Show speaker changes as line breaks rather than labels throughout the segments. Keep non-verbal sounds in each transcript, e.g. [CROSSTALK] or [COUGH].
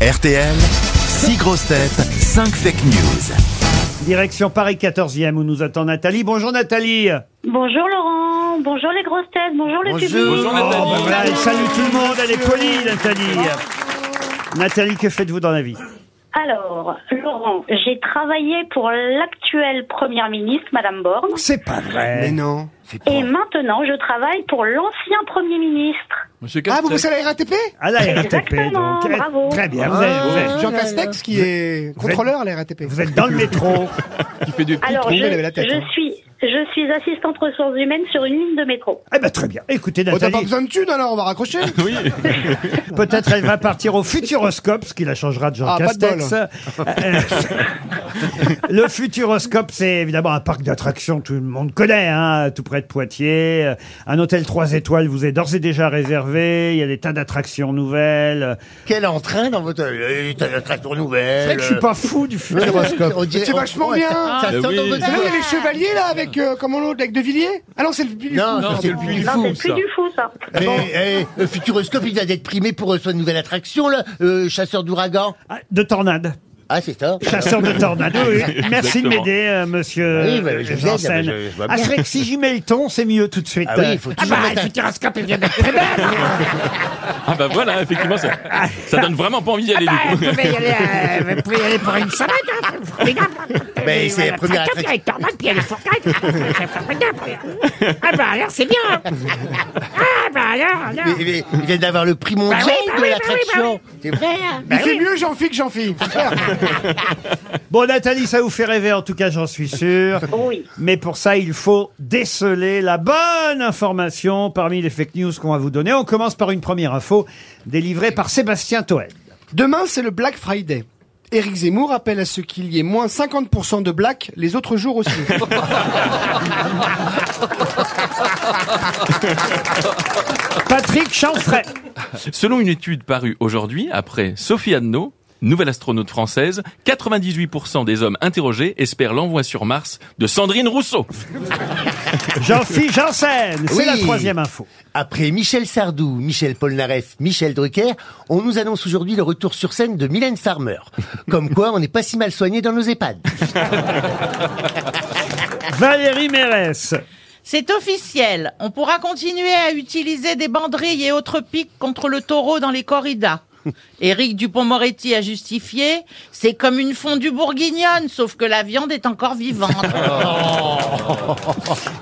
RTL, 6 grosses têtes, 5 fake news.
Direction Paris 14e où nous attend Nathalie. Bonjour Nathalie.
Bonjour Laurent, bonjour les grosses têtes, bonjour le public.
Oh, bah voilà, elle salue tout le monde, elle est polie Nathalie. Nathalie, que faites-vous dans la vie
Alors, Laurent, j'ai travaillé pour l'actuelle première ministre, Madame Borne,
C'est pas vrai.
Mais non.
et maintenant je travaille pour l'ancien premier ministre.
Monsieur
Ah, vous
Castex.
bossez à la RATP
À la RATP
Exactement,
donc. Eh,
bravo.
Très bien, vous êtes, vous êtes-
Ah, Jean Castex qui est contrôleur à la RATP.
vous êtes dans le [LAUGHS] métro.
qui fait du
Alors, je,
trompé, elle avait la tête,
je
hein.
suis, je suis assistante ressources humaines sur une ligne de métro.
Eh ben très bien. Écoutez
Oh, t'as pas
Nathalie,
besoin de thunes alors, on
[LAUGHS]
va raccrocher
Oui.
peut-être elle va partir au Futuroscope, ce qui la changera de Jean
Ah, pas de
Castex. [LAUGHS] le Futuroscope, c'est évidemment un parc d'attractions, tout le monde connaît, hein, tout près de Poitiers. Un hôtel 3 étoiles vous est d'ores et déjà réservé. Il y a des tas d'attractions nouvelles.
Quel entrain dans votre euh, t'as la tracteur nouvelle
C'est vrai que je suis pas fou du Futuroscope.
euh, on dirait-
C'est vachement
ouais,
bien.
ça- ça
Ah,
sort
bah
dans
oui.
votre
C'est là où il y a
tête.
les chevaliers là avec euh, comment l'autre avec De Villiers Ah non, c'est le plus du
Non,
fou,
non,
ça.
c'est le Ah, plus du
Non,
fou,
c'est plus
ça.
du fou ça.
Mais eh, le Futuroscope, il vient d'être primé pour euh, son nouvelle attraction, là, euh, Chasseur d'ouragan.
Ah, De tornades.
Ah, c'est ça.
Chasseur de tornades. Oui, oui. Merci de
Exactement.
m'aider, euh, monsieur
Oui, bah, je vous aide,
Janssen.
bah, je- je vois
Ah,
bien.
c'est vrai que si j'y mets le ton, c'est mieux tout de suite.
Ah oui, il faut toujours
bah,
mettre un-
le futuroscope, il vient
[LAUGHS]
d'être très belle.
Ah bah voilà, effectivement, ça, ça donne vraiment pas envie d'y aller du
Ah,
coup.
vous, pouvez y aller, euh, vous pouvez y aller pour une semaine. hein, c'est formidable.
[LAUGHS] Mais
Et
c'est la première
ça capte avec Tornade, puis il y a les
[LAUGHS]
fourcailles, C'est formidable. Ah bah alors, c'est bien. Ah bah alors, alors.
Mais- mais il vient d'avoir le prix mondial
Bah oui, bah
de
oui, bah oui,
l'attraction. C'est vrai. hein
Il fait mieux Jean-Fi que Jean-Fi.
Bon, Nathalie, ça vous fait rêver, en tout cas, j'en suis sûr.
Oui.
Mais pour ça, il faut déceler la bonne information parmi les fake news qu'on va vous donner. On commence par une première info délivrée par Sébastien Toed.
Demain, c'est le Black Friday. Éric Zemmour appelle à ce qu'il y ait moins 50% de black les autres jours aussi.
Patrick Chanfray.
[LAUGHS] Selon une étude parue aujourd'hui, après Sophie Adno, nouvelle astronaute française, 98% des hommes interrogés espèrent l'envoi sur Mars de Sandrine Rousseau.
Jean-Philippe Janssen. C'est
Oui.
la troisième info.
Après Michel Sardou, Michel Polnareff, Michel Drucker, on nous annonce aujourd'hui le retour sur scène de Mylène Farmer. Comme quoi, on n'est pas si mal soigné dans nos EHPAD.
Valérie Mérès.
C'est officiel. On pourra continuer à utiliser des banderilles et autres pics contre le taureau dans les corridas. Éric Dupont-Moretti a justifié, c'est comme une fondue bourguignonne, sauf que la viande est encore vivante.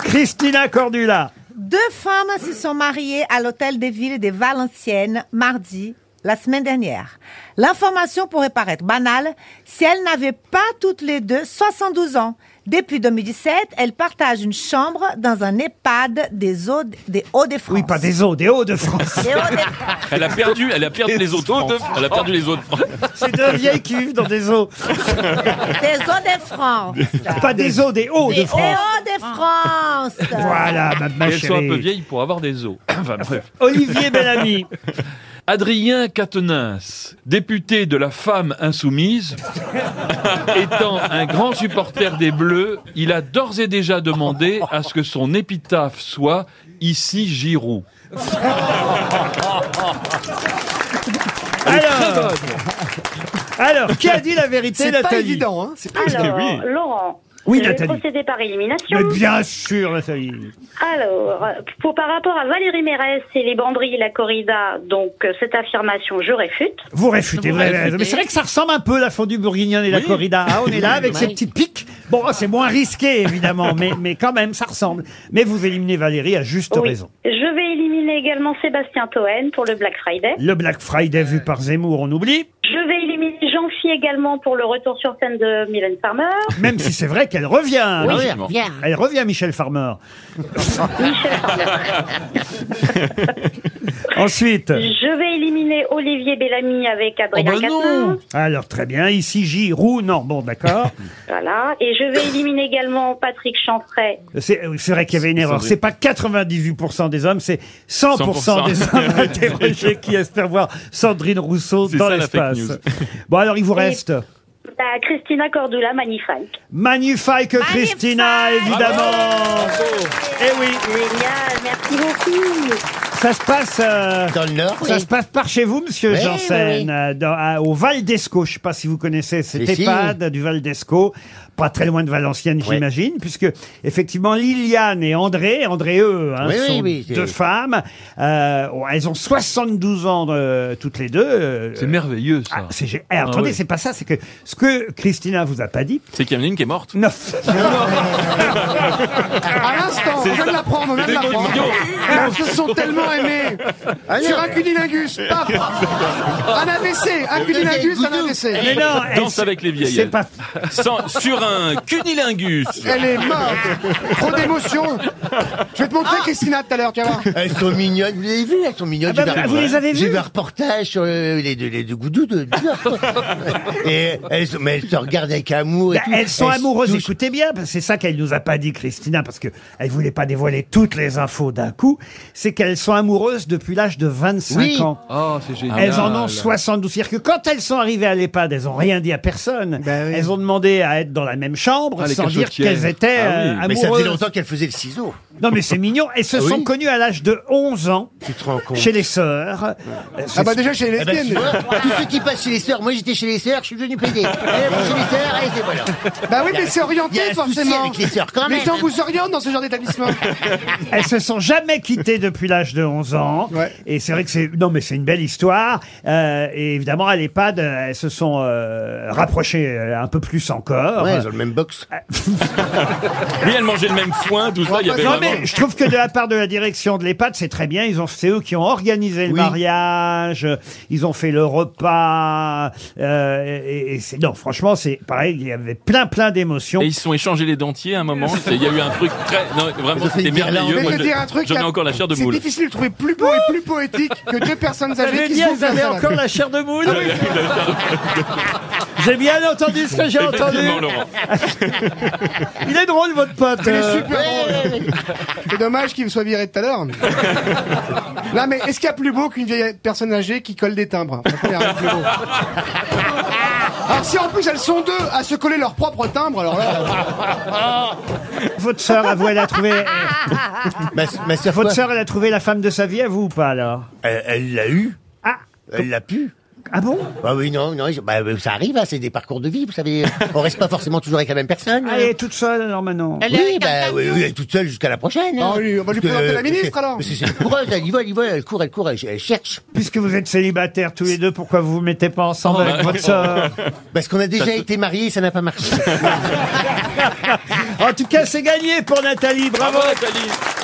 Christina Cordula.
Deux femmes se sont mariées à l'hôtel des villes de Valenciennes mardi, la semaine dernière. L'information pourrait paraître banale si elles n'avaient pas toutes les deux 72 ans. Depuis 2017, elles partagent une chambre dans un EHPAD des Hauts des Hauts de France.
Oui, pas des eaux, des hauts de
[LAUGHS]
France.
Des Hauts de France.
Elle a perdu, elle a perdu les autres. France. Elle a perdu les autres. France.
C'est deux vieilles qui vivent dans des eaux.
Des Hauts de France.
Pas des eaux, des hauts
Des
de France.
Hauts de France.
Voilà, ma, ma
Et elles sont un peu
chérie.
vieilles pour avoir des os. Enfin bref. [LAUGHS]
Olivier Bellamy.
Adrien Quatennens, député de la femme insoumise, [LAUGHS] étant un grand supporter des Bleus, il a d'ores et déjà demandé à ce que son épitaphe soit Ici Giroud.
Alors, alors, qui a dit la vérité,
C'est pas
Nathalie
évident, hein. C'est pas
Alors, Laurent.
Oui,
je vais
Nathalie.
procéder par élimination.
Mais bien sûr, Nathalie.
Alors, pour, par rapport à Valérie Mérès et les banderilles et la corrida, donc euh, cette affirmation, je réfute.
Vous réfutez,
Vous
vous avez
réfutez.
raison. Mais c'est vrai que ça ressemble un peu à la fondue bourguignonne et la corrida. Ah, on
[LAUGHS]
est là avec ces petites piques. Bon, c'est moins risqué, évidemment, mais, mais quand même, ça ressemble. Mais vous éliminez Valérie à juste
Oui.
raison.
Je vais éliminer également Sébastien Toen pour le Black Friday.
Le Black Friday vu par Zemmour, on oublie.
Je vais éliminer jean phi également pour le retour sur scène de Mylène Farmer.
[LAUGHS]
Même si c'est vrai qu'elle revient.
Ah Oui,
Elle-
effectivement.
Elle revient, Michel
[LAUGHS]
Farmer. Ensuite,
Je vais éliminer Olivier Bellamy avec Adrien
Oh bah non.
Quatennens.
alors très bien, ici J. Roux, non, bon, d'accord.
Voilà. Et je vais éliminer également Patrick Chanfray.
C'est c'est vrai qu'il y avait une erreur. C'est pas 98% des hommes, c'est 100%,
100%
des
[LAUGHS]
hommes interrogés qui espèrent voir Sandrine Rousseau
C'est
dans
ça, la fake
l'espace.
news. [LAUGHS]
Bon, alors il vous
Et-
reste
La Christina Cordula, magnifique.
Magnifique Christina, évidemment. Eh oui.
Génial. Merci beaucoup.
Ça se passe. euh, dans le Nord. Ça
oui.
se passe par chez vous, monsieur
Oui,
Janssen,
oui, oui.
euh, dans- à- au Val d'Esco. Je ne sais pas si vous connaissez cet
Mais si.
EHPAD du Val d'Esco. Pas très loin de Valenciennes, j'imagine, puisque effectivement Liliane et André, André eux, hein,
Oui, oui,
sont
oui, c'est-
deux femmes. Euh, elles ont 72 ans euh, toutes les deux. C'est
merveilleux ça.
Ah,
c'est gé- Eh, attendez,
oui.
c'est pas ça. C'est que ce que Christina vous a pas dit.
C'est qu'il y en a une qui est morte.
Non.
À l'instant, on
C'est
vient de
ça.
l'apprendre, on vient de
C'est
l'apprendre.
mignon.
Ils se sont tellement aimés.
Allez.
Sur un cunilingus, paf. Un AVC, un cunilingus, un AVC.
Mais non, Danse avec les vieilles.
C'est pas-
Sans- sur un cunilingus.
Elle est morte. Trop d'émotions. Je vais te
Ah.
montrer Christina tout à l'heure, tu vas voir.
Elles sont mignonnes, vous avez vu, elles sont mignonnes.
Ah bah,
J'ai vu un-
vous les avez
J'ai
vues
vu un reportage sur euh, les deux, les deux goudous de du Nord, quoi. Et elles, sont- mais elles se regardent avec amour et
Bah,
tout.
elles sont
se
amoureuses,
touchent.
écoutez bien, parce que c'est ça qu'elle nous a pas dit, Christina, parce que elle voulait pas dévoiler toutes les infos d'un coup. C'est qu'elles sont amoureuses depuis l'âge de 25
Oui.
ans.
Oh, c'est génial.
Elles en ont 72. C'est-à-dire que quand elles sont arrivées à l'EHPAD, elles ont rien dit à personne. Elles ont demandé à être dans la même chambre
Bah Ah, les
sans dire
cachotières.
qu'elles étaient
Ah oui.
euh,
Mais ça faisait
amoureuses.
longtemps qu'elles faisaient le ciseau.
Non mais c'est mignon. Elles se
Ah oui.
sont connues à l'âge de 11 ans
Tu te rends compte
chez les sœurs.
Ah bah déjà
chez
Eh ben, tu vois, tous ceux qui passent chez les sœurs, moi j'étais chez les sœurs, je suis devenu PD. Allez, chez les sœurs, et c'est voilà.
Bah oui, mais c'est
Il y
orienté,
a un souci
forcément.
avec les sœurs, quand même.
gens vous orientent dans ce genre
[LAUGHS]
d'établissement.
Elles se sont jamais quittées depuis l'âge de 11 ans. Et c'est vrai que c'est non mais c'est une belle histoire. Euh, et évidemment à l'EHPAD, euh, elles se sont euh, rapprochées euh, un peu plus encore.
Ouais, elles ont le même box.
Lui, elle mangeait le même foin, tout ça. Il y avait
non
vraiment-
mais je trouve que de la part de la direction de l'EHPAD, c'est très bien. Ils ont, c'est eux qui ont organisé le
Oui.
mariage. Ils ont fait le repas. euh, et, et c'est non, franchement, c'est pareil. Il y avait plein, plein d'émotions.
Et ils se sont échangés les dentiers à un moment. C'est- Il y a eu un truc très. Non, vraiment,
Ça fait
c'était
une guirlande.
merveilleux.
Je
Moi,
vais te dire un
je-
truc.
J'en ai
la-
encore la chair de
C'est
boule.
difficile de trouver plus beau et plus poétique que deux personnes
Vous avez
âgées qui
dit,
se
vous avez encore la chair de boule J'ai bien entendu ce que j'ai entendu.
Effectivement, Laurent.
Il est drôle, votre pote.
C'est
euh.
super drôle. C'est dommage qu'il me soit viré tout à l'heure. Non, mais est-ce qu'il y a plus beau qu'une vieille personne âgée qui colle des timbres Franchement, il y a rien de plus
[LAUGHS]
beau. Alors si en plus elles sont deux à se coller leurs propres timbres, alors là...
Votre sœur, avouez, elle a trouvé. [LAUGHS]
ma,
Votre
sœur quoi
sœur, elle a trouvé la femme de sa vie à vous ou pas alors
Elle- Elle l'a eu.
Ah.
Elle l'a pu.
Ah bon
Bah oui, non, non, je- bah, euh, ça arrive, hein, c'est des parcours de vie, vous savez. On reste pas forcément toujours avec la même personne.
Elle est toute seule alors maintenant.
oui, bah, oui, oui, elle est toute seule jusqu'à la prochaine. hein.
Ah oui, on va lui
Parce que-
présenter la
parce que-
ministre, alors.
parce que c'est une coureuse, elle y va, elle y va, elle court, elle court, elle, elle cherche.
Puisque vous êtes célibataires tous les deux, pourquoi vous vous mettez pas ensemble avec votre sœur
Parce qu'on a déjà été mariés, ça n'a pas marché.
En tout cas, c'est gagné pour Nathalie. Bravo.
Bravo, Nathalie.